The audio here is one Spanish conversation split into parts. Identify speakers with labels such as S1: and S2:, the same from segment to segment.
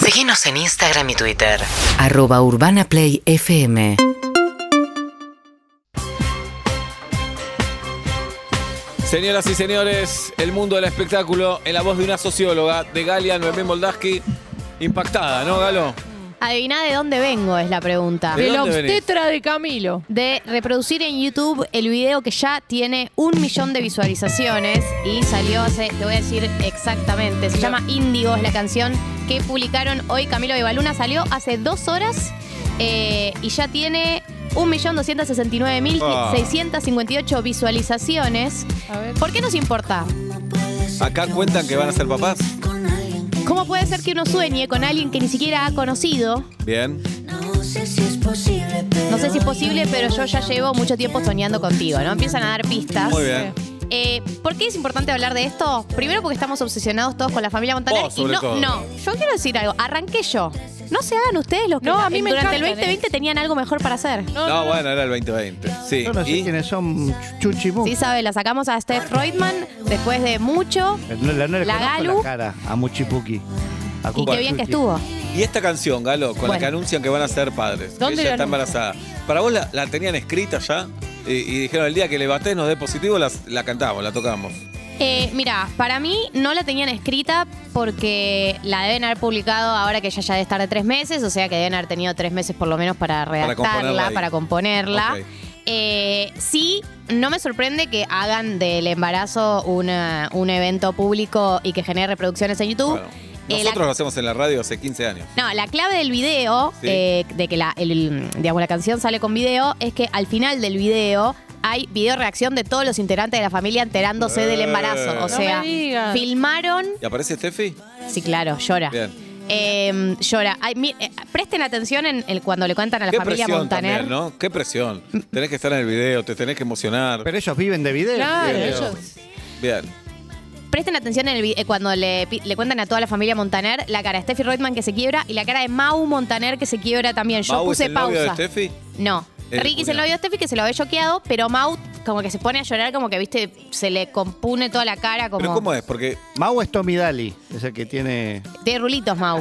S1: Seguinos en Instagram y Twitter.
S2: arroba urbanaplayfm
S3: Señoras y señores, el mundo del espectáculo en la voz de una socióloga de Galia Noemí Moldaski. Impactada, ¿no, Galo?
S4: Adivina de dónde vengo, es la pregunta.
S3: ¿De
S5: El
S3: dónde
S5: obstetra de Camilo.
S4: De reproducir en YouTube el video que ya tiene un millón de visualizaciones y salió hace, te voy a decir exactamente, se llama Índigo, es la canción que publicaron hoy Camilo de Baluna, salió hace dos horas eh, y ya tiene 1.269.658 visualizaciones.
S5: A ver.
S4: ¿Por qué nos importa?
S3: Acá cuentan que van a ser papás.
S4: ¿Cómo puede ser que uno sueñe con alguien que ni siquiera ha conocido?
S3: Bien.
S4: No sé si es posible, pero yo ya llevo mucho tiempo soñando contigo, ¿no? Empiezan a dar pistas.
S3: Muy bien.
S4: Eh, ¿Por qué es importante hablar de esto? Primero porque estamos obsesionados todos con la familia Montaner.
S3: Vos,
S4: y
S3: Oh, sobre
S4: no,
S3: todo.
S4: no, yo quiero decir algo. Arranqué yo. No se hagan ustedes los que
S5: No, a mí me
S4: durante el
S5: encantan,
S4: 2020 tenían algo mejor para hacer.
S3: No, bueno, era el 2020. Sí.
S6: Yo no sé
S3: Y
S6: quiénes son Chuchimu.
S4: Sí, sabe, la sacamos a Steph Reutemann después de mucho.
S6: No, no le
S4: La
S6: conozco
S4: Galu.
S6: la cara a Muchipuki. A
S4: Y
S6: Cupa
S4: qué bien que
S6: Chuchi.
S4: estuvo.
S3: Y esta canción, Galo, con la
S4: Bueno.
S3: que anuncian que van a ser padres.
S5: ¿Dónde
S3: que ella
S5: la
S3: está
S5: anuncian?
S3: embarazada. ¿Para vos la, la tenían escrita ya? Y, y dijeron, el día que le batés nos dé positivo, las- la cantamos, la tocamos.
S4: Eh, mira, para mí no la tenían escrita porque la deben haber publicado ahora que ya ya debe estar de tres meses, o sea que deben haber tenido tres meses por lo menos para
S3: componerla
S4: redactarla,
S3: ahí.
S4: para componerla.
S3: Ok.
S4: Eh, sí, no me sorprende que hagan del embarazo una- un evento público y que genere reproducciones en YouTube.
S3: Bueno,
S4: Eh, la-
S3: nosotros lo hacemos en la radio hace 15 años.
S4: No, la clave del video,
S3: Sí.
S4: eh, de que la, el- digamos, la canción sale con video, es que al final del video hay video reacción de todos los integrantes de la familia enterándose del
S3: Eh.
S4: embarazo.
S3: No
S4: O sea,
S5: me digas.
S4: filmaron.
S3: ¿Y aparece Steffi?
S4: Sí, claro, llora.
S3: Bien.
S4: Eh, llora. Ay, mi- eh, presten atención en el, cuando le cuentan a la
S3: Qué
S4: familia
S3: presión
S4: Montaner.
S3: también, ¿no? Qué presión. Tenés que estar en el video, te tenés que emocionar.
S6: Pero ellos viven de video.
S5: Claro,
S3: Bien.
S5: ellos.
S3: Bien.
S4: Presten atención en el vi- eh, cuando le, pi- le cuentan a toda la familia Montaner la cara de Steffi Reutemann que se quiebra y la cara de Mau Montaner que se quiebra también. Yo
S3: Mau
S4: puse
S3: es el novio
S4: pausa.
S3: de Steffi?
S4: No.
S3: El
S4: Ricky es el
S3: cuñado.
S4: novio de Steffi que se lo ve choqueado, pero Mau como que se pone a llorar, como que, viste, se le compone toda la cara, como...
S3: ¿Pero cómo es? Porque
S6: Mau es Tommy Daly, es el que tiene.
S4: Tiene rulitos, Mau.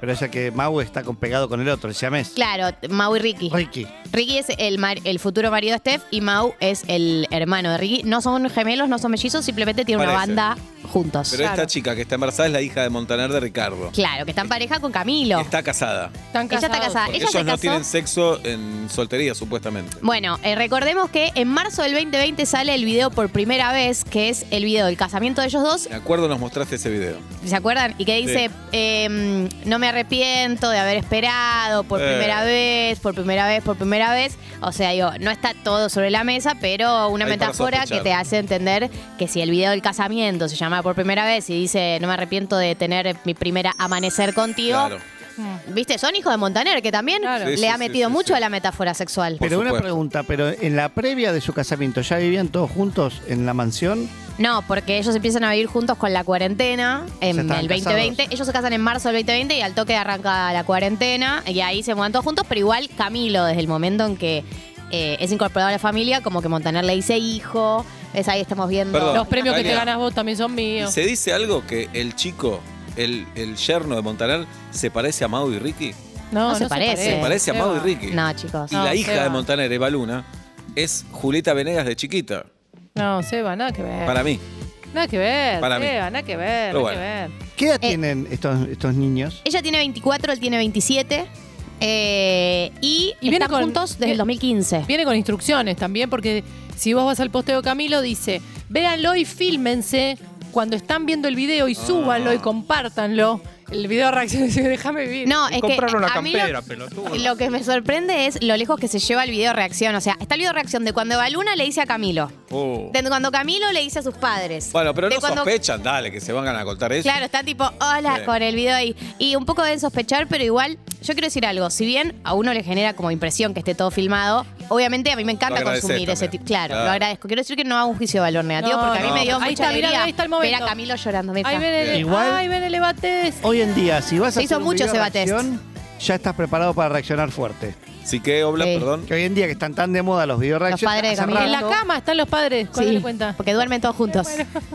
S6: Pero es el que Mau está con- pegado con el otro, el siamés.
S4: Claro, Mau y Ricky.
S6: Ricky.
S4: Ricky es el, mar- el futuro marido de Steph y Mau es el hermano de Ricky. No son gemelos, no son mellizos, simplemente tienen
S3: Parece.
S4: una banda juntos.
S3: pero esta chica que está embarazada es la hija de Montaner de Ricardo.
S4: claro, que está en pareja con Camilo.
S3: Y Está casada.
S5: Están
S4: Ella está
S5: casados.
S4: casada.
S3: Porque
S4: Ella se
S3: ellos no
S4: casó-
S3: tienen sexo en soltería, supuestamente.
S4: Bueno, eh, recordemos que en marzo del 2020 sale el video por primera vez, que es el video del casamiento de ellos dos.
S3: De acuerdo, nos mostraste ese video.
S4: ¿Se acuerdan? Y que dice,
S3: Sí.
S4: em, no me arrepiento de haber esperado por
S3: Eh.
S4: primera vez, por primera vez, por primera vez. O sea, digo, no está todo sobre la mesa, pero una
S3: Hay para
S4: metáfora que
S3: sospechar.
S4: te hace entender que si el video del casamiento se llama por primera vez y dice, no me arrepiento de tener mi primera amanecer contigo,
S3: Claro.
S5: pues.
S4: viste, son hijos de Montaner, que también
S5: Claro.
S4: le
S3: Sí,
S4: ha
S3: sí,
S4: metido
S3: sí, sí,
S4: mucho
S3: sí.
S4: a la metáfora sexual.
S3: Por
S6: Pero una
S3: supuesto.
S6: pregunta, pero en la previa de su casamiento, ¿ya vivían todos juntos en la mansión?
S4: No, porque ellos empiezan a vivir juntos con la cuarentena en
S6: sea,
S4: el
S6: estaban
S4: 2020. Ellos se casan en marzo del 2020 y al toque arranca la cuarentena y ahí se mudan todos juntos, pero igual Camilo, desde el momento en que eh, es incorporado a la familia, como que Montaner le dice hijo, es ahí estamos viendo.
S3: Perdón.
S5: Los premios que te
S3: Galia.
S5: ganas vos también son míos.
S3: ¿Se dice algo que el chico, el, el yerno de Montaner, se parece a Mau y Ricky?
S4: No se parece.
S3: Se parece a Mau y
S5: Seba.
S3: Ricky.
S4: Eh, No, chicos.
S3: Y
S5: No,
S3: la hija
S5: Seba.
S3: de Montaner, Eva Luna, es Julieta Venegas de chiquita.
S5: No, Seba, nada que
S4: Eh.
S5: ver.
S3: Para mí.
S5: nada que ver.
S3: para mí.
S5: Seba, nada que ver.
S3: Pero
S5: nada que ver.
S6: ¿Qué edad
S4: Eh.
S6: tienen estos, estos niños?
S4: Ella tiene 24, él tiene 27 eh, y,
S5: Y viene
S4: están
S5: con-
S4: juntos desde el 2015.
S5: Viene con instrucciones también, porque si vos vas al posteo de Camilo, dice: véanlo y fílmense cuando están viendo el video
S3: Ah.
S5: y súbanlo y compártanlo. El video reacciona y dice: déjame vivir.
S4: No, es que
S7: Compraron una
S4: a mí lo-
S7: campera, pelotudo.
S4: Lo que me sorprende es lo lejos que se lleva el video reacción. O sea, está el video reacción de cuando Baluna le dice a Camilo.
S3: Oh.
S4: De cuando Camilo le dice a sus padres.
S3: Bueno, pero
S4: De
S3: no
S4: cuando-
S3: sospechan, dale, que se van a contar eso.
S4: Claro, está tipo, hola,
S3: Sí.
S4: con el video ahí. Y un poco de sospechar, pero igual, yo quiero decir algo. Si bien a uno le genera como impresión que esté todo filmado, obviamente a mí me encanta
S3: Lo agradecés
S4: consumir ese
S3: también.
S4: tipo. Claro,
S3: Claro.
S4: lo agradezco. Quiero decir que no hago un juicio de valor negativo,
S5: No,
S4: porque a mí
S3: no.
S4: me dio
S5: Ahí
S4: mucha
S5: está, mirá,
S4: alegría
S5: ahí está el momento.
S4: ver a Camilo llorando. me
S5: Ahí
S4: está.
S5: ven el,
S6: Igual-
S5: ay, ven el Ebates.
S6: Hoy en día, si vas a
S4: Se hizo
S6: hacer un
S4: mucho
S6: video de
S4: Seba Test.
S6: reacción, ya estás preparado para reaccionar fuerte.
S3: Sí que Obla,
S4: Sí.
S3: perdón.
S6: Que hoy en día que están tan de moda los video reacciones,
S4: padres de
S6: hace
S4: Camila.
S6: rato,
S5: En la cama están los padres. ¿Cuál
S4: Sí,
S5: le cuenta?
S4: porque duermen todos juntos.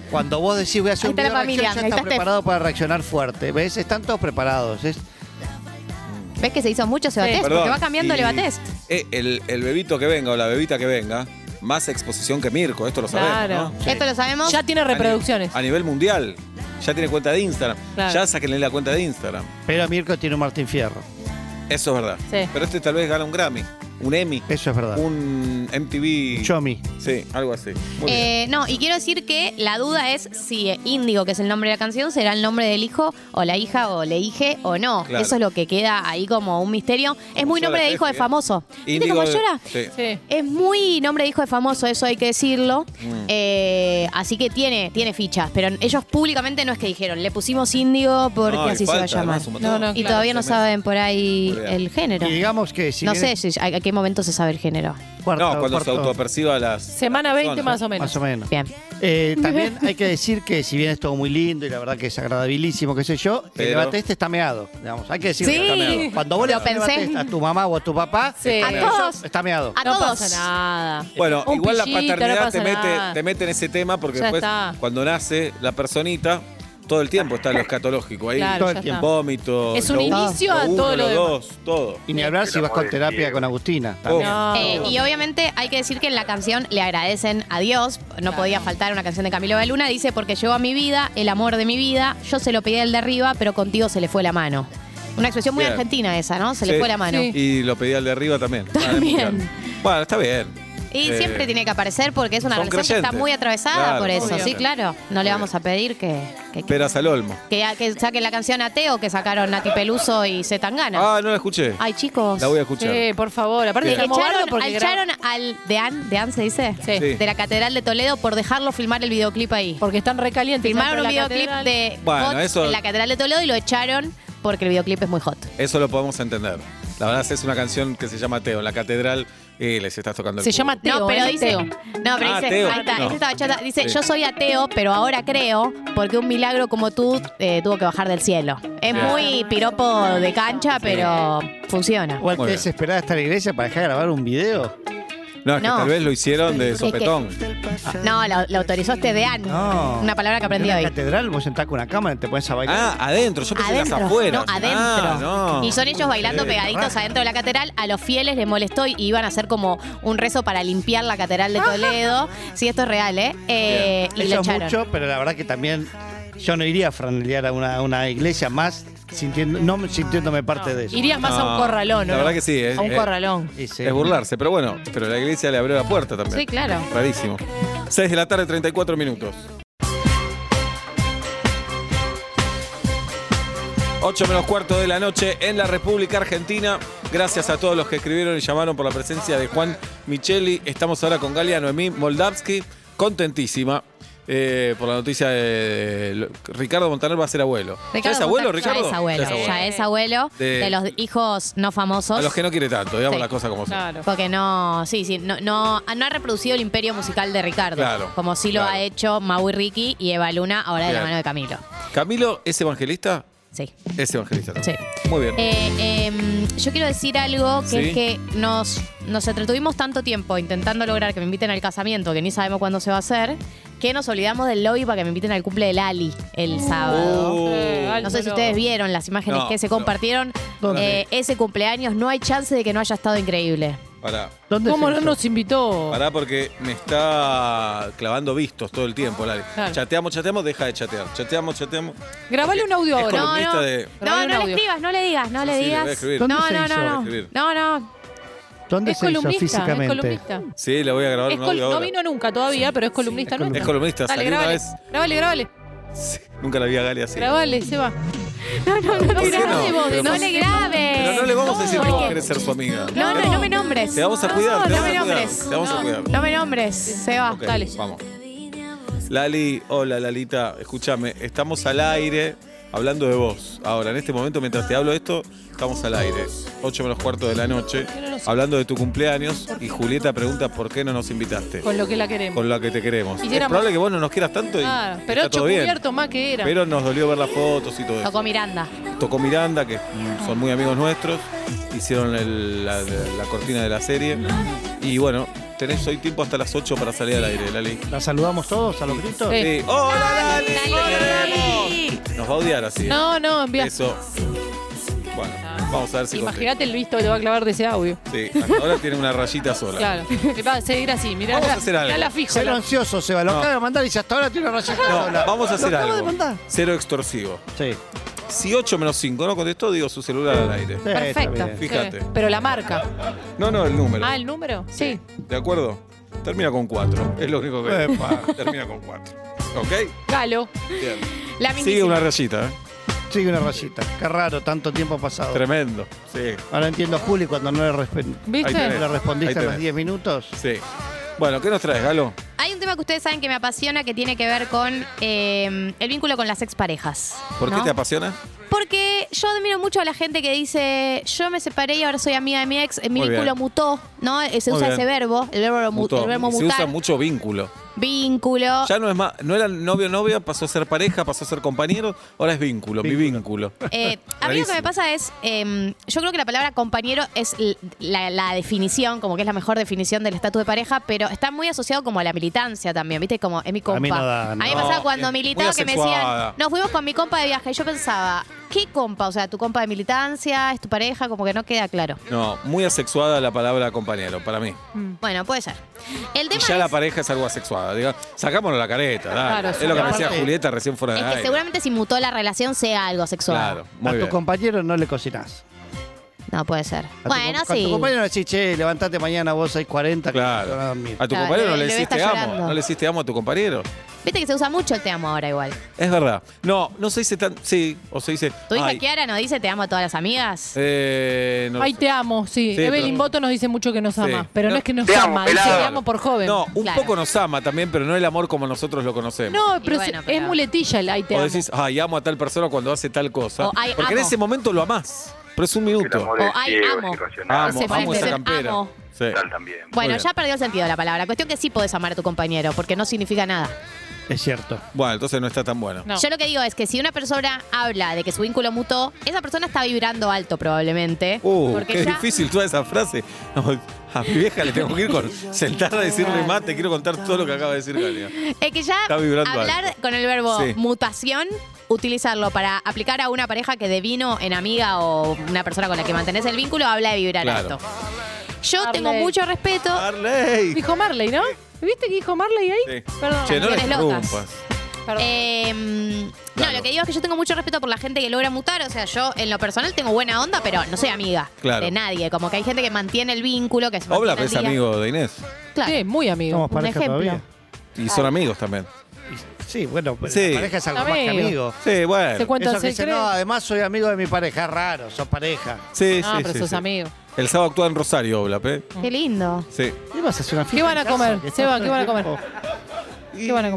S6: Cuando vos decís voy a hacer
S4: Ahí
S6: un
S4: está
S6: video
S4: la
S6: reacción,
S4: familia,
S6: ya
S4: ahí
S6: estás
S4: está Steph.
S6: preparado para reaccionar fuerte. ¿Ves? Están todos preparados. Es
S4: ¿Ves que se hizo mucho Seba
S5: Sí.
S4: Test?
S3: Perdón,
S4: Porque va cambiando
S3: y-
S4: el Eva Test.
S3: Eh, el, el bebito que venga o la bebita que venga, más exposición que Mirko, esto lo sabemos.
S5: Claro.
S3: ¿no?
S4: Esto lo sabemos.
S5: Ya tiene
S3: A ni-
S5: reproducciones.
S3: A nivel mundial. Ya tiene cuenta de Instagram.
S5: Claro.
S3: Ya sáquenle la cuenta de Instagram.
S6: Pero Mirko tiene un Martín Fierro.
S3: Eso es verdad.
S5: Sí.
S3: Pero este tal vez gana un Grammy, un Emmy,
S6: Eso es verdad.
S3: un MTV.
S6: Chomi.
S3: Sí, algo así. Muy bien.
S4: Eh, no, y quiero decir que la duda es si eh, Índigo, que es el nombre de la canción, será el nombre del hijo o la hija o le dije o no.
S3: Claro.
S4: Eso es lo que queda ahí como un misterio. es muy
S3: llora
S4: nombre de
S3: Steffi,
S4: hijo de
S3: ¿eh?
S4: famoso. ¿Viste
S3: Índigo
S4: cómo
S3: de-
S4: llora?
S3: Sí.
S5: Sí.
S4: Es muy nombre de hijo de famoso, eso hay que decirlo.
S3: Mm.
S4: Eh, así que tiene, tiene fichas, pero ellos públicamente no es que dijeron, le pusimos Índigo porque
S3: No, y
S4: así
S3: falta,
S4: se va a llamar.
S3: además, un
S5: No,
S3: montón.
S5: no,
S4: y
S5: claro,
S4: todavía no
S3: tremendo.
S4: saben por ahí
S3: Muy bien.
S4: el género.
S6: Y digamos que si
S4: no
S6: viene
S4: sé si- a, a qué momento se sabe el género.
S6: cuarto,
S3: no, cuando se
S6: cuarto,
S3: autoperciba las.
S5: Semana
S3: las
S5: 20
S3: personas.
S5: más o menos.
S6: Más o menos.
S4: Bien.
S6: Eh, también hay que decir que si bien es todo muy lindo y la verdad que es agradabilísimo, qué sé yo,
S3: Pero-
S6: el debate este está meado. Digamos. Hay que decir
S4: Sí.
S6: que está meado. Cuando vos
S4: Lo
S6: le
S4: pensé.
S6: debates este a tu mamá o a tu papá,
S5: Sí.
S6: está
S5: A
S6: meado.
S4: todos.
S6: Está meado.
S4: A
S5: no
S4: todos.
S5: pasa nada.
S3: Bueno,
S5: Un
S3: igual
S5: pillito, no
S3: la paternidad
S5: pasa
S3: te, mete,
S5: nada.
S3: te mete en ese tema porque
S5: Ya
S3: después,
S5: está.
S3: cuando nace la personita, todo el tiempo está lo escatológico ahí.
S5: Claro,
S6: todo
S5: ya
S6: el tiempo.
S5: está.
S3: Vómito.
S5: Es un
S3: lo uno,
S5: inicio a
S3: uno,
S5: todo lo demás.
S3: dos, todo.
S6: Y ni hablar si vas con terapia con Agustina.
S3: Oh.
S6: También.
S5: No.
S4: Eh, y obviamente hay que decir que en la canción le agradecen a Dios, no podía faltar una canción de Camilo de Luna, dice porque llegó a mi vida, el amor de mi vida, yo se lo pedí al de arriba, pero contigo se le fue la mano. Una expresión muy
S3: Bien.
S4: argentina esa, ¿no? Se
S3: Sí.
S4: le fue la mano.
S5: Sí.
S3: Y lo pedí al de arriba también.
S4: También.
S3: Ah, claro. Bueno, está bien.
S4: Y
S3: Eh,
S4: siempre tiene que aparecer porque es una
S3: son
S4: relación que está
S3: creyentes.
S4: muy atravesada
S3: Claro,
S4: por eso,
S5: obvio.
S4: sí, claro. No le vamos a pedir que, que, que,
S3: Peras al olmo.
S4: que saquen la canción Ateo que sacaron Nati Peluso y Zetangana.
S3: Ah, no la escuché.
S4: Ay, chicos.
S3: La voy a escuchar.
S5: Sí, por favor. Aparte,
S3: Bien.
S5: era moverlo
S4: Echaron,
S5: porque gra-
S4: echaron al Dean, Dean se dice,
S5: Sí.
S3: Sí.
S4: de la Catedral de Toledo por dejarlo filmar el videoclip ahí.
S5: Porque están recalientes.
S4: Filmaron un
S5: dentro de la
S4: videoclip
S5: catedral.
S4: de
S3: Bueno,
S4: Hot
S3: eso-
S4: en la Catedral de Toledo y lo echaron porque el videoclip es muy hot.
S3: Eso lo podemos entender. La verdad es una canción que se llama Teo. En la catedral eh, les estás tocando el
S5: Se
S3: culo.
S5: llama Teo.
S4: no, pero
S5: ¿eh?
S4: dice.
S5: Teo.
S4: No, pero
S3: Ah,
S4: dice.
S3: Teo.
S4: Ahí está,
S3: No.
S4: esa estaba chata. Dice:
S3: Sí.
S4: Yo soy ateo, pero ahora creo porque un milagro como tú eh, tuvo que bajar del cielo. Es
S3: Sí.
S4: muy piropo de cancha, pero funciona.
S6: O
S3: Oh, Muy
S6: al que
S3: bien.
S6: desesperada está en la iglesia para dejar de grabar un video.
S3: No, es que
S4: No.
S3: tal vez lo hicieron de
S4: Es que-
S3: sopetón.
S4: No, lo, lo autorizó este Dean.
S6: No.
S4: Una palabra que aprendí
S6: en la
S4: hoy.
S6: catedral vos sentás con una cámara y te pones a bailar.
S3: Ah, adentro. Yo pensé que las
S4: Adentro,
S3: afueras.
S4: no, adentro.
S3: Ah, no.
S4: Y son ellos bailando pegaditos adentro de la catedral. A los fieles les molestó y iban a hacer como un rezo para limpiar la catedral de Toledo. Sí, esto es real, ¿eh? Eh, y
S6: Eso
S4: lo
S6: es
S4: echaron.
S6: mucho, pero la verdad que también yo no iría a franelear a una, a una iglesia más sintiendo, no sintiéndome parte de eso.
S5: Irías más a
S3: No,
S5: un corralón, ¿no?
S3: la verdad que sí, es-
S5: A un
S3: eh,
S5: corralón.
S6: Y sí.
S3: Es burlarse, pero bueno, pero la iglesia le abrió la puerta también.
S4: Sí, claro.
S3: Rarísimo. 6 de la tarde, 34 minutos. 8 menos cuarto de la noche en la República Argentina. Gracias a todos los que escribieron y llamaron por la presencia de Juan Micheli. Estamos ahora con Galia Noemí Moldavsky, contentísima eh, por la noticia de lo- Ricardo Montaner va a ser abuelo. ¿Ya es abuelo,
S4: Montaner
S3: Ricardo?
S4: Ya es abuelo,
S5: Ya es
S4: ya es abuelo
S3: De-
S4: de, los hijos no famosos.
S3: A los que no quiere tanto, digamos
S4: Sí.
S3: la cosa como son.
S5: Claro.
S4: Porque no, sí, sí, no, no, no ha reproducido el imperio musical de Ricardo.
S3: Claro,
S4: como sí lo
S3: claro.
S4: ha hecho Mau y Ricky y Eva Luna, ahora de la
S3: Bien.
S4: mano de Camilo.
S3: ¿Camilo es evangelista?
S4: Sí.
S3: Es evangelista. ¿no?
S4: Sí.
S3: Muy bien.
S4: Eh, em, yo quiero decir algo que
S3: Sí.
S4: es que nos, nos entretuvimos tanto tiempo intentando lograr que me inviten al casamiento, que ni sabemos cuándo se va a hacer, que nos olvidamos del lobby para que me inviten al cumple del Ali el sábado.
S3: Oh.
S4: No sé si ustedes vieron las imágenes
S3: No,
S4: que se
S3: no.
S4: compartieron.
S6: ¿Dónde?
S4: Eh, ese cumpleaños no hay chance de que no haya estado increíble.
S3: Pará,
S6: ¿Dónde
S5: ¿Cómo
S6: se
S5: no
S6: hizo?
S5: nos invitó?
S3: pará porque me está clavando vistos todo el tiempo, Lali.
S5: Claro.
S3: Chateamos, chateamos, deja de chatear. Chateamos, chateamos.
S5: Grabale un audio
S3: Es
S5: ahora.
S3: como- Columnista
S4: no,
S3: de-
S4: no,
S5: Grabale un
S4: no le
S5: audio.
S4: escribas, no le digas, no
S3: Sí,
S4: le
S3: sí, le voy a
S4: digas.
S3: escribir.
S4: no,
S6: ¿Dónde se
S4: no,
S6: hizo?
S4: no,
S3: Voy a escribir.
S4: no, no.
S6: ¿Dónde
S5: Es
S6: se hizo
S5: columnista, es
S6: físicamente?
S5: columnista.
S3: Sí, le voy a grabar
S5: Es
S3: un
S5: col-
S3: audio
S5: no
S3: ahora.
S5: vino nunca todavía, pero es columnista
S6: es
S5: nuestro.
S3: Es columnista,
S5: Dale,
S3: salió una
S5: grabale.
S3: vez.
S5: Grabale, grabale.
S3: Sí, nunca la vi a Gali así.
S5: Grabale, Seba.
S3: ¿Por qué
S5: grabale
S3: no?
S5: vos,
S3: Pero
S4: No
S5: vos-
S4: le grabes.
S3: Pero no le vamos a decir que vos
S4: Porque-
S3: querés ser su amiga.
S4: No, no, no me nombres.
S3: Te vamos a cuidar, te
S4: no
S3: vamos
S4: me
S3: a cuidar.
S4: nombres.
S3: Te vamos a cuidar.
S4: No Ah, me nombres, Seba.
S3: Ok, Vamos. Lali, hola Lalita, escúchame, estamos al aire hablando de vos. Ahora, en este momento, mientras te hablo de esto, estamos al aire. 8 menos cuarto de la noche, hablando de tu cumpleaños y Julieta pregunta por qué no nos invitaste.
S5: Con lo que la queremos.
S3: Con la que te queremos. Es
S5: Quisiéramos-
S3: probable que vos no nos quieras tanto y
S5: Claro,
S3: está
S5: pero ocho
S3: todo bien.
S5: cubiertos más que era.
S3: Pero nos dolió ver las fotos y todo eso.
S4: Tocó Miranda.
S3: Tocó Miranda, que son muy amigos nuestros. Hicieron el- la, la cortina de la serie. Y bueno, tenés hoy tiempo hasta las 8 para salir al aire, Lali.
S6: ¿La saludamos todos a los gritos?
S5: Sí.
S3: Sí. ¡Hola, Lali!
S4: Lali!
S3: ¡Hola, Lali! Nos va a odiar así.
S5: No, no, envía.
S3: Eso. Bueno, vamos a ver si
S5: Imagínate el visto que te va a clavar de ese audio.
S3: contesta. Sí, hasta ahora tiene una rayita sola.
S5: Claro. Y Va a seguir así, mirá.
S3: Vamos a
S5: la-
S3: hacer algo.
S5: mirá la fijo.
S6: Cero ansioso, Seba. Lo
S3: No.
S6: acaba de mandar y ya hasta ahora tiene una raya
S3: No,
S6: sola.
S3: vamos a hacer
S6: Lo acabo de
S3: algo.
S6: mandar.
S3: Cero extorsivo.
S6: Sí.
S3: Si 8 menos 5 no contestó, digo su celular al aire.
S6: Sí, está
S5: Perfecto.
S6: bien.
S3: Fíjate.
S5: Pero la marca.
S3: No, no, el número.
S5: Ah, ¿el número? Sí.
S3: ¿De acuerdo? Termina con 4. Es lo único que. Termina con 4. ¿Ok?
S5: Galo.
S3: Bien.
S4: La
S3: Sigue
S4: mismísima.
S3: una rayita, ¿eh?
S6: Sigue una rayita. Qué raro, tanto tiempo pasado.
S3: Tremendo. Sí.
S6: Ahora entiendo a Juli cuando no le, resp-
S3: Ahí tenés.
S5: ¿Viste?
S6: le respondiste
S3: Ahí
S6: a los
S3: tenés.
S6: 10 minutos.
S3: Sí. Bueno, ¿qué nos traes, Galo?
S4: Hay un tema que ustedes saben que me apasiona que tiene que ver con eh, el vínculo con las exparejas.
S3: ¿Por qué
S4: ¿no?
S3: te apasiona?
S4: Porque yo admiro mucho a la gente que dice, yo me separé y ahora soy amiga de mi ex, mi
S3: Muy bien.
S4: vínculo mutó, ¿no? Eh, Se
S3: Muy
S4: usa
S3: bien.
S4: ese verbo, el verbo, mu-
S3: Mutuo.
S4: el verbo
S3: Y Se usa
S4: mutar, Oh.
S3: mucho vínculo.
S4: vínculo.
S3: Ya no es más, no eran novio novia, pasó a ser pareja, pasó a ser compañero, ahora es vínculo, mi vínculo.
S4: Eh, a mí lo que
S3: Rarísimo.
S4: me pasa es, eh, yo creo que la palabra compañero es l- la, la definición, como que es la mejor definición del estatus de pareja, pero está muy asociado como a la militancia también, ¿viste? Como es mi compa.
S6: A mí no da,
S4: me
S6: no.
S4: pasaba
S3: No,
S4: cuando
S3: es muy
S4: militaba que me
S3: asexuada.
S4: decían, nos fuimos con mi compa de viaje, y yo pensaba, ¿qué compa? O sea, ¿tu compa de militancia? ¿Es tu pareja? Como que no queda claro.
S3: No, muy asexuada la palabra compañero, para mí.
S4: Bueno, puede ser. El
S3: Y
S4: tema
S3: ya la
S4: es,
S3: pareja es algo asexuada. Diga, sacámonos la careta, dale.
S5: Claro,
S3: es lo que me decía
S6: aparte-
S3: Julieta recién fuera de
S4: es que seguramente si mutó la relación sea algo sexual.
S3: Claro, muy
S6: a
S3: bien.
S6: tu compañero no le cocinás.
S4: No puede ser.
S6: A tu
S4: Bueno,
S6: com- A tu
S4: sí.
S6: compañero le decís, che, levantate mañana vos 6.40.
S3: Claro. A tu
S4: Claro,
S3: compañero no
S4: el
S3: le
S4: bebé
S3: hiciste
S4: está
S3: amo.
S4: llorando.
S3: No le hiciste amo a tu compañero.
S4: Viste que se usa mucho el te amo ahora igual.
S3: Es verdad. No, no se dice tan. Sí, o se dice.
S4: ¿Tu hija
S3: ay,
S4: Kiara nos dice te amo a todas las amigas?
S3: eh, no,
S5: Ay, te amo, sí.
S3: Sí,
S5: Evelyn
S3: pero-
S5: Boto nos dice mucho que nos
S3: Sí.
S5: ama, pero no,
S3: No,
S5: es que nos
S7: te amo,
S5: ama, dice
S7: pelado.
S5: te amo por joven.
S3: No, un
S4: Claro.
S3: poco nos ama también, pero no el amor como nosotros lo conocemos.
S5: No, pero,
S4: Y bueno,
S5: es-
S4: pero-
S5: es muletilla el ay, te
S3: o
S5: amo.
S3: decís, ay, amo a tal persona cuando hace tal cosa.
S4: O, "Ay,
S3: Porque en
S4: amo".
S3: ese momento lo amás. Pero es un
S7: El
S3: minuto.
S7: amor es
S4: O hay
S7: ciego,
S4: amo.
S7: es irracional.
S3: Amo,
S4: Ah, Se
S3: amo
S4: puede
S3: esa
S4: ser,
S3: campera.
S4: amo.
S3: Sí.
S7: Tal también.
S4: Bueno,
S3: bien.
S4: ya perdió el sentido de la palabra. Cuestión que sí podés amar a tu compañero, porque no significa nada.
S6: Es cierto.
S3: Bueno, entonces no está tan bueno.
S5: No.
S4: Yo lo que digo es que si una persona habla de que su vínculo mutó, esa persona está vibrando alto probablemente.
S3: Uh,
S4: porque
S3: qué
S4: ya-
S3: difícil toda esa frase. No, a mi vieja le tengo que ir con sentar a decirle más, te quiero contar todo lo que acaba de decir Galia.
S4: Es que ya
S3: Está vibrando
S4: hablar
S3: alto.
S4: con el verbo
S3: Sí.
S4: mutación, utilizarlo para aplicar a una pareja que devino en amiga o una persona con la que mantenés el vínculo, habla de vibrar
S3: Claro.
S4: alto. Yo
S5: Arley.
S4: tengo mucho respeto.
S3: Harley.
S5: Dijo Marley, ¿no? ¿Viste que dijo Marley ahí?
S3: Sí.
S5: Perdón. Eh,
S3: Che, no le
S4: Canciones locas.
S3: interrumpas.
S5: Perdón.
S4: Eh, mm,
S3: Claro.
S4: No, lo que digo es que yo tengo mucho respeto por la gente que logra mutar. O sea, yo en lo personal tengo buena onda, pero no soy amiga
S3: Claro.
S4: de nadie. Como que hay gente que mantiene el vínculo, que se mantiene
S3: Oblap
S4: al
S3: es
S4: día.
S3: amigo de Inés.
S4: Claro.
S5: Sí, muy amigo.
S6: Somos pareja
S4: ejemplo.
S6: todavía.
S3: Y son amigos también.
S6: Sí, bueno, pero
S3: Sí.
S6: la pareja es algo más que
S5: Amigo.
S6: amigo.
S3: Sí,
S5: Se
S3: bueno.
S5: cuentan
S6: Eso que dice, no,
S5: secretos.
S6: además soy amigo de mi pareja, es raro, sos pareja.
S3: Sí,
S5: No,
S3: sí,
S5: pero
S3: sí,
S5: sos
S3: sí.
S5: amigo.
S3: El sábado actúa en Rosario, Oblap, ¿eh?
S4: Qué lindo.
S3: Sí.
S6: ¿Qué vas a hacer una fiesta
S5: ¿Qué van a
S6: en casa?
S5: comer?
S6: Que estás
S5: Seba,
S6: todo
S5: ¿qué van a
S6: el tiempo.
S5: ¿Qué van a comer?
S6: ¿Qué van a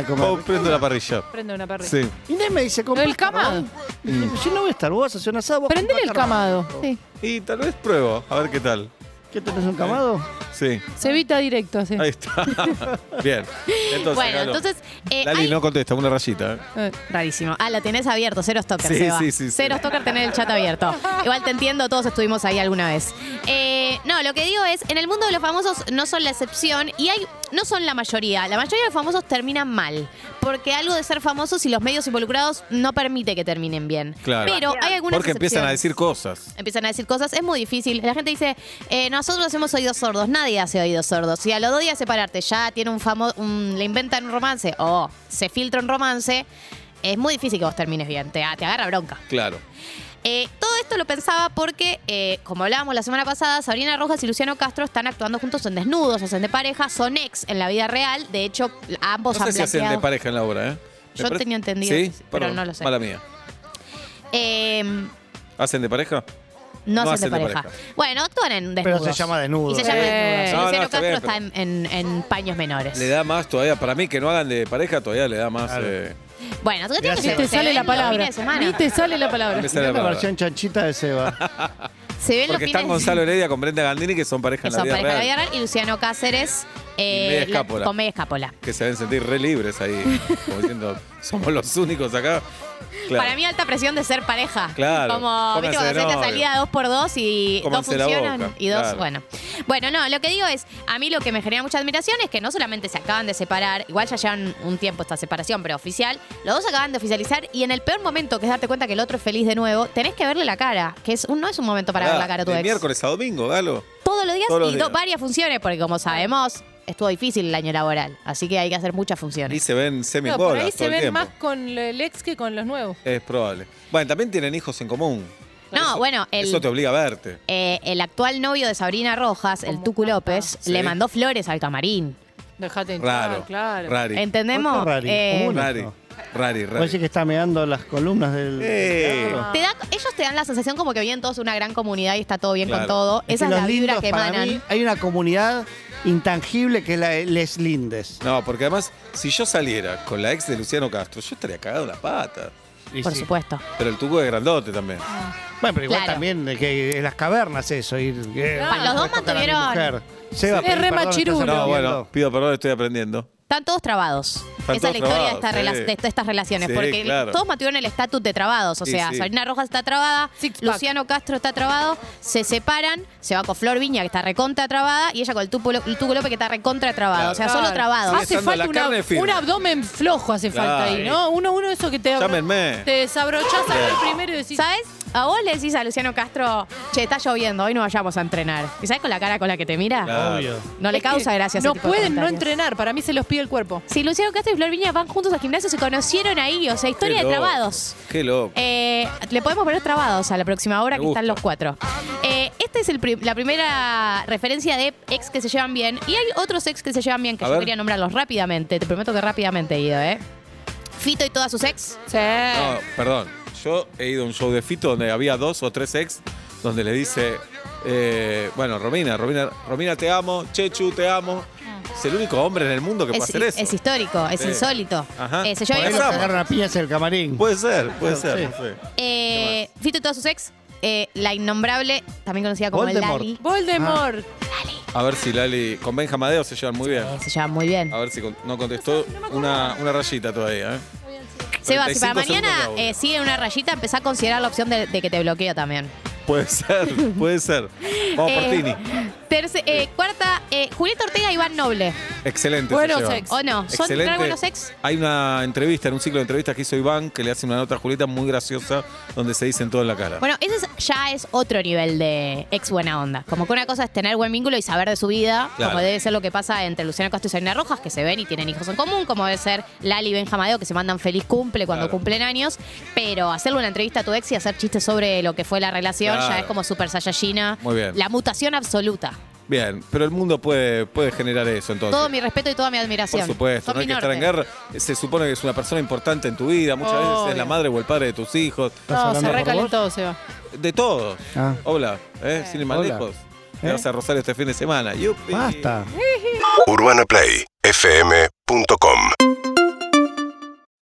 S3: Oh,
S6: comer?
S3: prendo la parrilla.
S5: Prende una perrita.
S3: Sí.
S6: Inés me dice,
S5: Lo
S6: comprá
S5: del camado.
S6: carbón. Y yo, Yo no voy a estar, vos haces un asado. vos
S5: Prendele
S6: comprá
S5: el camado. Sí.
S3: Y tal vez pruebo, a ver qué tal.
S6: ¿Qué tenés un camado?
S3: Sí.
S5: Cevita directo, así.
S3: Ahí está. Bien. Entonces,
S4: bueno,
S3: Galo.
S4: entonces. eh,
S3: Lali
S4: hay-
S3: no contesta, una rayita. ¿eh?
S5: Eh,
S4: Rarísimo. Ah, la tenés abierto, cero stalker,
S3: Sí,
S4: Seba.
S3: sí, sí, sí.
S4: Cero stalker tener el chat abierto. Igual te entiendo, todos estuvimos ahí alguna vez. Eh, no, lo que digo es, en el mundo de los famosos no son la excepción y hay, no son la mayoría. La mayoría de los famosos terminan mal, porque algo de ser famosos y los medios involucrados no permite que terminen bien.
S3: Claro.
S4: Pero hay algunas
S3: Porque empiezan a
S4: excepciones.
S3: decir cosas.
S4: Empiezan a decir cosas, es muy difícil. La gente dice, eh, nosotros hacemos oídos sordos, nadie hace oídos sordos. Si a los dos días de separarte ya tiene un famoso, le inventan un romance o se filtra un romance, es muy difícil que vos termines bien, te, te agarra bronca.
S3: Claro.
S4: Eh, todo esto lo pensaba porque, eh, como hablábamos la semana pasada, Sabrina Rojas y Luciano Castro están actuando juntos en desnudos, hacen de pareja, son ex en la vida real, de hecho ambos
S3: No sé
S4: han
S3: si hacen de
S4: blanqueado-
S3: pareja en la obra, ¿eh? Me
S4: Yo
S3: parece-
S4: tenía entendido
S3: Sí,
S4: que sí,
S3: Perdón,
S4: pero no lo sé.
S3: Mala mía.
S4: Eh,
S3: ¿Hacen de pareja?
S4: No, hacen de pareja. Bueno, actúan en desnudos.
S6: Pero se llama desnudo.
S4: Y se llama
S5: Eh.
S4: desnudos.
S3: No, no,
S4: Luciano
S3: está
S4: Castro
S3: bien,
S4: está en, en- en paños menores.
S3: Le da más todavía. Para mí, que no hagan de pareja todavía le da más.
S6: Claro.
S3: eh,
S4: Bueno, tú que
S6: Gracias.
S4: tienes que
S5: Te
S4: se
S5: sale
S4: ven
S5: la
S4: los
S5: palabra.
S4: fines de semana.
S5: Ni te sale la palabra.
S3: me sale la
S6: Mirá la
S3: palabra.
S6: versión chanchita de Seba.
S4: Se ven los
S3: Porque
S4: fines
S3: están Gonzalo Heredia con Brenda Gandini, que son pareja
S4: que
S3: en la
S4: son
S3: vida
S4: pareja de la vida
S3: real.
S4: real, y Luciano Cáceres eh,
S3: media
S4: la-
S3: escápula.
S4: con media escápula.
S3: Que se deben sentir re libres ahí, como diciendo, somos los únicos acá. Claro.
S4: Para mí alta presión de ser pareja.
S3: Claro.
S4: Como, viste,
S3: Pónganse
S4: cuando
S3: de
S4: haces la
S3: novio.
S4: salida dos por dos y
S3: Cómanse la
S4: dos funcionan
S3: boca,
S4: y dos,
S3: claro.
S4: bueno. Bueno, no, lo que digo es, a mí lo que me genera mucha admiración es que no solamente se acaban de separar, igual ya llevan un tiempo esta separación, pero oficial, los dos acaban de oficializar y en el peor momento, que es darte cuenta que el otro es feliz de nuevo, tenés que verle la cara, que es un- no es un momento para ver
S3: Pará,
S4: la cara a tu
S3: de
S4: ex.
S3: miércoles a domingo, Galo.
S4: Todos los días
S3: Todos los
S4: y
S3: días.
S4: do- varias funciones, porque como sabemos, estuvo difícil el año laboral, así que hay que hacer muchas
S3: Y
S4: funciones.
S3: se ven semi
S5: No,
S3: bolas
S5: por ahí
S3: todo
S5: se
S3: el
S5: ven
S3: tiempo.
S5: más con el ex que con los nuevos.
S3: Es probable. Bueno, también tienen hijos en común.
S4: No, bueno, el,
S3: Eso te obliga a verte.
S4: Eh, el actual novio de Sabrina Rojas, el
S5: Como
S4: Tucu
S5: papá.
S4: López,
S3: Sí.
S4: le mandó flores al camarín.
S5: Dejate entrar,
S3: Raro.
S5: claro.
S3: Rari.
S6: ¿Por
S4: ¿Entendemos?
S6: qué rari?
S4: Eh,
S6: ¿Cómo no?
S3: Rari. Rari,
S6: Puede
S3: rari.
S6: decir que está meando las columnas del.
S3: Eh.
S6: Claro.
S4: te da- ellos te dan la sensación como que vienen todos una gran comunidad y está todo bien
S3: Claro.
S4: con todo.
S6: Es
S4: Esa es
S6: los
S4: la vibra
S6: lindos,
S4: que
S6: para
S4: emanan.
S6: mí, hay una comunidad intangible que es la de Les Lindes.
S3: No, porque además, si yo saliera con la ex de Luciano Castro, yo estaría cagado en la pata.
S4: por supuesto.
S3: Pero el tuco es grandote también.
S6: Bueno, pero igual
S4: Claro.
S6: también eh, que en las cavernas eso. Ir, eh,
S5: Claro.
S6: no
S4: Los dos
S6: tocar a mi
S4: mantuvieron-
S6: mujer. Seba,
S5: Es
S6: pedí
S5: re
S6: perdón,
S5: machirulo.
S6: estás
S3: No,
S6: aprendiendo.
S3: bueno, pido perdón, estoy aprendiendo.
S4: Están todos trabados.
S3: Están
S4: Esa
S3: todos
S4: es la historia de,
S3: trabados,
S4: esta rela-
S3: sí.
S4: de todas estas relaciones.
S3: Sí,
S4: porque
S3: claro.
S4: todos mantuvieron el estatus de trabados. O
S3: Sí,
S4: sea,
S3: sí.
S4: Sabrina Rojas está trabada,
S5: Six pack.
S4: Luciano Castro está trabado, se separan, se va con Flor Viña, que está recontra trabada, y ella con el Tucu, Lo- el Tucu López, que está recontra trabado.
S3: Claro.
S4: O sea, solo
S6: Ah,
S4: trabados.
S3: Sí,
S5: Hace
S3: estando
S5: falta
S3: la
S5: una-
S3: carne firme.
S5: un abdomen flojo, hace
S3: Claro.
S5: falta ahí, ¿no? Uno, uno eso que te,
S3: Llámenme.
S5: te desabrochás al primero y decís,
S4: ¿Sabes? A vos le decís a Luciano Castro, che, está lloviendo, hoy no vayamos a entrenar. ¿Y sabes con la cara con la que te mira?
S3: Claro.
S6: Obvio.
S4: No le
S5: Es que
S4: causa gracia. ese
S5: "Eh, No
S4: tipo de
S5: pueden no
S4: comentarios.
S5: entrenar, para mí se los pide el cuerpo.
S4: Si Luciano Castro y Flor Viña van juntos al gimnasio, se conocieron ahí, o sea,
S3: Qué
S4: historia de
S3: loco,
S4: trabados.
S3: Qué loco.
S4: Eh, le podemos poner trabados a la próxima hora
S3: Me
S4: que están
S3: gusta.
S4: los cuatro. Eh, esta es el pri- la primera referencia de ex que se llevan bien. Y hay otros ex que se llevan bien que
S3: A
S4: yo
S3: ver.
S4: quería nombrarlos rápidamente. Te prometo que rápidamente, Guido, ¿eh? Fito y todas sus ex.
S5: Sí.
S3: No, perdón. Yo he ido a un show de Fito donde había dos o tres ex, donde le dice, eh, bueno, Romina, Romina, Romina te amo, Chechu te amo. Es el único hombre en el mundo que puede
S4: Ah. Es,
S3: hacer eso.
S4: es histórico, es
S3: Sí.
S4: insólito.
S3: Ajá.
S4: Eh, se llevan
S3: Por
S4: bien
S3: eso
S4: con-
S3: Vamos.
S6: Agarran a piñas en el camarín.
S3: Puede ser, puede ser.
S6: Sí.
S3: puede ser.
S4: Eh, Fito y todas sus ex. eh, la innombrable, también conocida como
S6: Voldemort.
S4: Lali.
S5: Voldemort.
S3: Ah. A ver si Lali con Benjamadeo se llevan muy bien.
S4: Eh, se lleva muy bien.
S3: A ver si con- no contestó una, una rayita todavía. ¿eh?
S4: Seba, si para
S3: 35 segundos
S4: mañana
S3: de audio.
S4: eh, sigue una rayita, empezá a considerar la opción de, de que te bloqueo también.
S3: Puede ser, puede ser. Vamos por
S4: Eh,
S3: Tini.
S4: terce- eh, cuarta, eh, Julieta Ortega y Iván Noble.
S3: Excelente.
S5: Buenos
S3: se llevan.
S5: ex.
S4: ¿O no? ¿Son
S3: Excelente.
S4: tan buenos ex?
S3: Hay una entrevista, en un ciclo de entrevistas que hizo Iván, que le hace una nota a Julieta muy graciosa, donde se dicen todo en la cara.
S4: Bueno, ese es- ya es otro nivel de ex buena onda. Como que una cosa es tener buen vínculo y saber de su vida,
S3: Claro.
S4: como debe ser lo que pasa entre Luciano Castro y Sarina Rojas, que se ven y tienen hijos en común, como debe ser Lali y Benjamadeo, que se mandan feliz cumple cuando
S3: Claro.
S4: cumplen años. Pero hacerle una entrevista a tu ex y hacer chistes sobre lo que fue la relación
S3: Claro.
S4: ya es como Super Saiyajina.
S3: Muy bien.
S4: La mutación absoluta.
S3: Bien, pero el mundo puede, puede generar eso entonces.
S4: Todo mi respeto y toda mi admiración.
S3: por supuesto,
S4: Son
S3: no hay
S4: mi
S3: que estar en
S4: norte.
S3: guerra. Se supone que es una persona importante en tu vida. Muchas veces es
S5: Obvio.
S3: la madre o el padre de tus hijos.
S6: ¿Estás
S5: No,
S6: hablando
S5: se
S6: por
S5: recalentó, Seba.
S3: De todos.
S6: Ah.
S3: Hola, ¿eh? sin ir más
S6: Hola.
S3: lejos.
S6: ¿Eh?
S3: Te vas a Rosario este fin de semana. Yupi.
S6: Basta.
S7: UrbanaPlayFM.com